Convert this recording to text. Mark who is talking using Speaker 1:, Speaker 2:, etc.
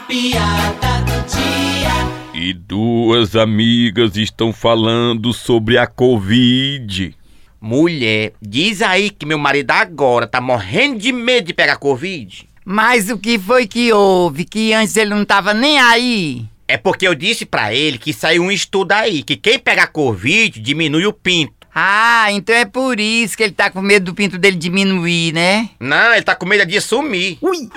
Speaker 1: piada do dia.
Speaker 2: E duas amigas estão falando sobre a Covid.
Speaker 3: Mulher, diz aí que meu marido agora tá morrendo de medo de pegar Covid.
Speaker 4: Mas o que foi que houve? Que antes ele não tava nem aí?
Speaker 3: É porque eu disse pra ele que saiu um estudo aí que quem pegar Covid diminui o pinto.
Speaker 4: Ah, então é por isso que ele tá com medo do pinto dele diminuir, né?
Speaker 3: é Não, ele tá com medo de sumir.
Speaker 4: Ui!